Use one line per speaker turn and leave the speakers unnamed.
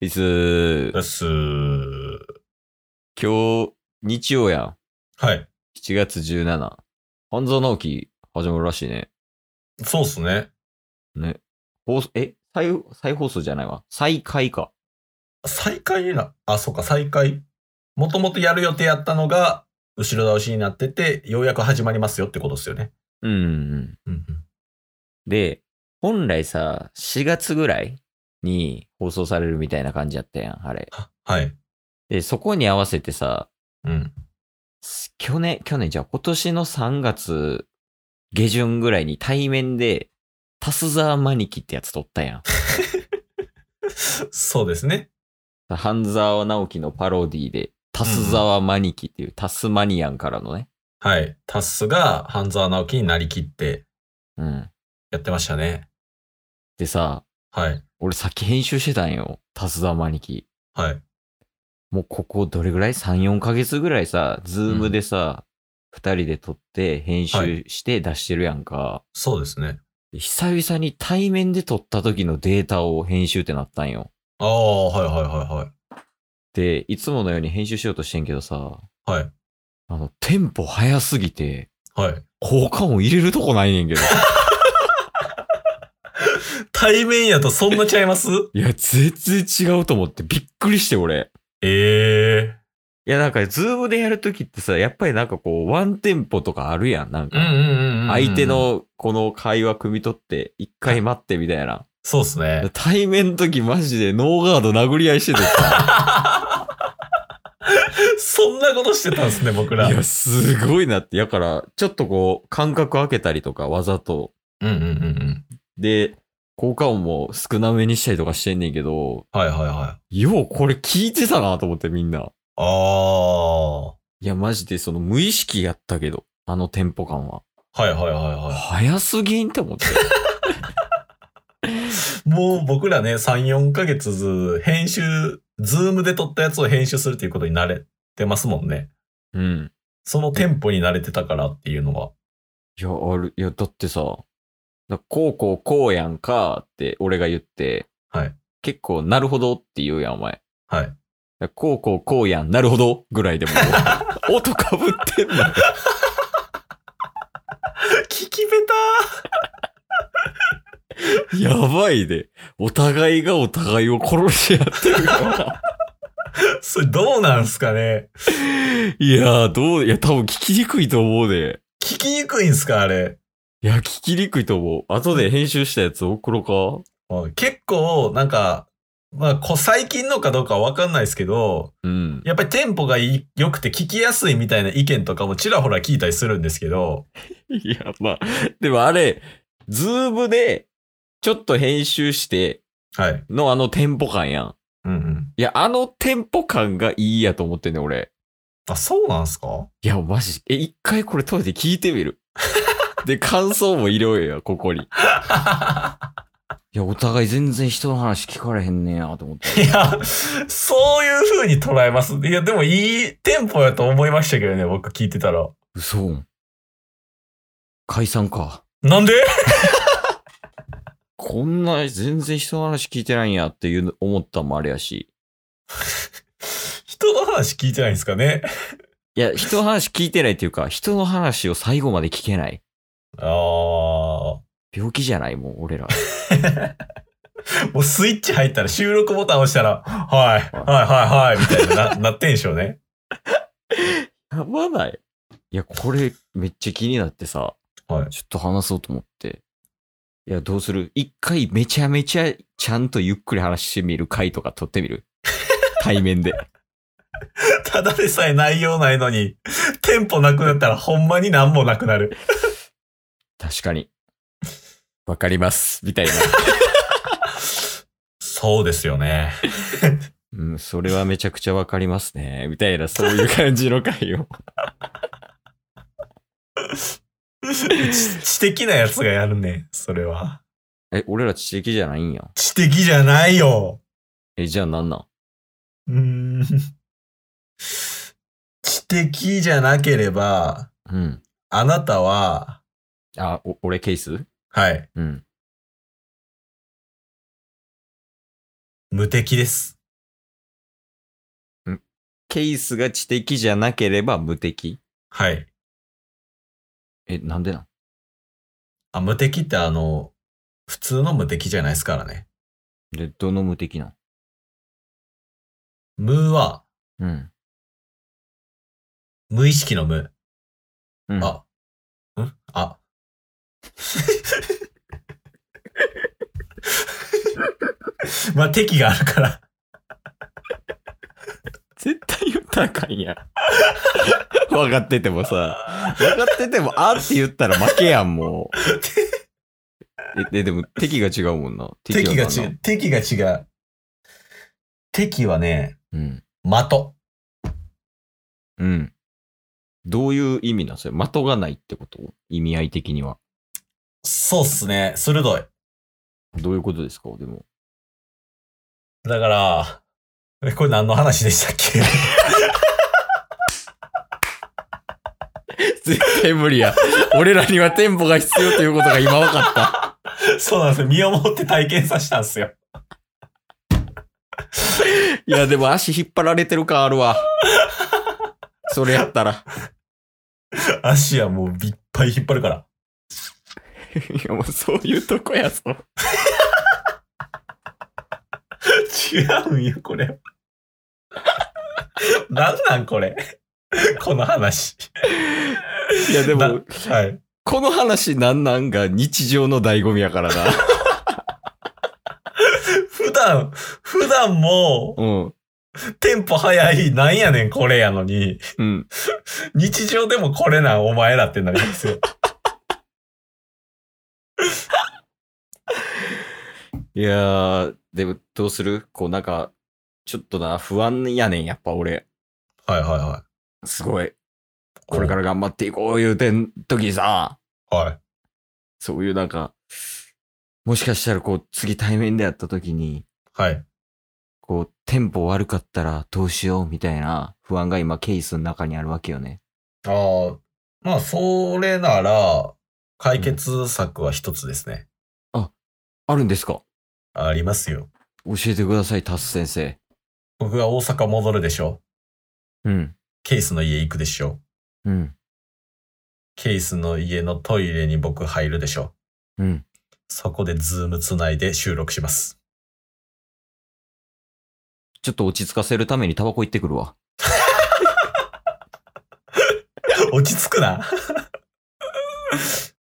いつ
う、っすー
今日、日曜や
はい。
ん。7月17。半沢直樹始まるらしいね。
そうっすね。
ね。放送、え再、再放送じゃないわ。再開か。
再開にな、あ、そうか、再開。もともとやる予定やったのが、後ろ倒しになってて、ようやく始まりますよってことですよね。
うんうん。
うんうん。
で、本来さ、4月ぐらいに放送されるみたいな感じやったやん、あれ。
ははい。
で、そこに合わせてさ、
うん。
す去年、去年じゃあ今年の3月下旬ぐらいに対面で、タスザーマニキってやつ撮ったやん。
そうですね。
半沢直樹のパロディで、タスザワマニキっていう、タスマニアンからのね。
はい。タッスが半沢直樹になりきって
うん。
やってましたね。
でさ、
はい。
俺さっき編集してたんよ。タスザワマニキ。
はい。
もうここどれぐらい ?3、4ヶ月ぐらいさ、ズームでさ、二、人で撮って編集して出してるやんか。
そうですね。
で久々に対面で撮った時のデータを編集ってなったんよ。
ああ、はいはいは
で、いつものように編集しようとしてんけどさ、
いはい。
あの、テンポ早すぎて、
はい。はい。
効果音入れるとこないねんけど。
対面やとそんなちゃいます
いや、全然違うと思って、びっくりして、俺。
え
いや、なんか、ズームでやるときってさ、やっぱりなんかこう、ワンテンポとかあるやん。なん
えうん
か、
うんうんうん。
相手。のこの会話汲み取って、一回待ってみたいな。
そうですね。
対面のときマジでノーガード殴り合いしててさ。
そんなことしてたんですね、僕
い
ら。
や、すごいなって。だから、ちょっとこう、間隔空けたりとか、わざと。
うんうんうんうん。
で、効果音も少なめにしたりとかしてんねんけど、
はいはいはい。
ようこれ聞いてたなと思ってみんな。
あ
いや、マジでその無意識やったけど、あのテンポ感は。
あ。はいはいはいは
早すぎんって 思って。
い。もう僕らね、3、4ヶ月ず、編集、ズームで撮ったやつを編集するっていうことに慣れてますもんね。
うん。
そのテンポに慣れてたからっていうのは。
いや、ある、いや、だってさ、なこうこうこうやんかって俺が言って、
はい。
結構なるほどって言うやん、お前。
はい。
だこうこうこうやん、なるほどぐらいでも、 音かぶってんのよ。
聞きべた
やばいで。お互いがお互いを殺し合ってる から。
ーそれどうなんすかね
いやー、どう、いや、多分聞きにくいと思うで。
聞きにくいんすかあれ。
いや、聞きにくいと思う。後で編集したやつ送ろう
うん結構、なんか、まあ、こ最近のかどうかはわかんないですけど、
かうん。
やっぱりテンポがいい良くて聞きやすいみたいな意見とかもちらほら聞いたりするんですけど、
いや、まあ、でもあれ、ズームで、ちょっと編集して
はい。
のあのテンポ感やん。
うんうん。
いや、あのテンポ感がいいやと思ってんねん、俺。
あ、そうなんすか
いや、マジ。え、一回これ撮って聞いてみ る。で、感想も入れようよ、ここに。いや、お互い全然人の話聞かれへんねや、と思って。
いや、そういう風に捉えます。いや、でもいいテンポやと思いましたけどね、僕聞いてたら。
嘘。解散か。
なんで
こんな全然人の話聞いてないんやっていうの思ったのもあれやし。
人の話聞いてないんですかね
いや、人の話聞いてないっていうか、人の話を最後まで聞けない。
ああ。も
病気じゃないもう俺ら。
うスイッチ入ったら収録ボタン押したら、はい、はい、はい、はい、みたいなな、なってんでしょうね。
やばない。いや、これめっちゃ気になってさ、
はい
ちょっと話そうと思って。いや、どうする一回めちゃめちゃちゃんとゆっくり話してみる回とか撮ってみ る対面で。
ただでさえ内容ないのに、テンポなくなったらほんまになんもなくなる。
確かに。わかります。みたいな。
そうですよね。
うん、それはめちゃくちゃわかりますね。みたいな、そういう感じの回 を。
知 知的なやつがやるね、それは。
え、俺ら知的じゃないんや。
知的じゃないよ。
え、じゃあなんなん
うーん。 知的じゃなければ、
うん。
あなたは、
あ、お俺ケース
はい、
うん。
無敵です。
ケースが知的じゃなければ無敵。
はい。
え、なんでなん
あ、無敵ってあの、普通の無敵じゃないですからね。
で、どの無敵なん
無は、
うん。
無意識の無。
うん、
あ、んあ。 まあ、敵があるから。
絶対言ったらあかんやん。 分かっててもさ、分かってても、あって言ったら負けやん、もう。え、えでも、敵が違うもんな。
敵が
は何
違う。敵が違う。敵はね、
なん。
的。
うん。うん。どういう意味なんそれ的がないってこと意味合い的には。
そうっすね。鋭い。
どういうことですかでも。
だから、えこれ何の話でしたっけ
絶対無理や。 俺らにはテンポが必要ということが今分かった。
そうなんですよ。身をもって体験させたんですよ。
いや、でも足引っ張られてる感ある わ。それやったら。
足はもういっぱい引っ張るから。
いや、もうそういうとこやぞ。
違うんよ、これ。 なんなん、これ。この話。
いや、で
な
も、
はい。
この話なんなんが日常の醍醐味やからな。
普段、普段も、
うん。
テンポ早い、なんやねん、これやのに、
うん。
日常でもこれなん、お前らってなりますよ。
いやー、でもどうするこうなんか、ちょっとな、不安やねん、やっぱ俺。
はいはいは
すごい。これから頑張っていこう言うてん時にさ、
い。はい。
そういうなんか、もしかしたらこう、次対面で会った時に、
はい。
こう、テンポ悪かったらどうしようみたいな不安が今ケースの中にあるわけよね。
ああ、まあ、それなら、解決策は一つですね。
あるんですか
ありますよ。
教えてください、タス先生。
僕が大阪戻るでしょ。
うん。
ケイスの家行くでしょ。
うん。
ケイスの家のトイレに僕入るでしょ。
うん。
そこでズームつないで収録します。
ちょっと落ち着かせるためにタバコ行ってくるわ。
落ち着くな。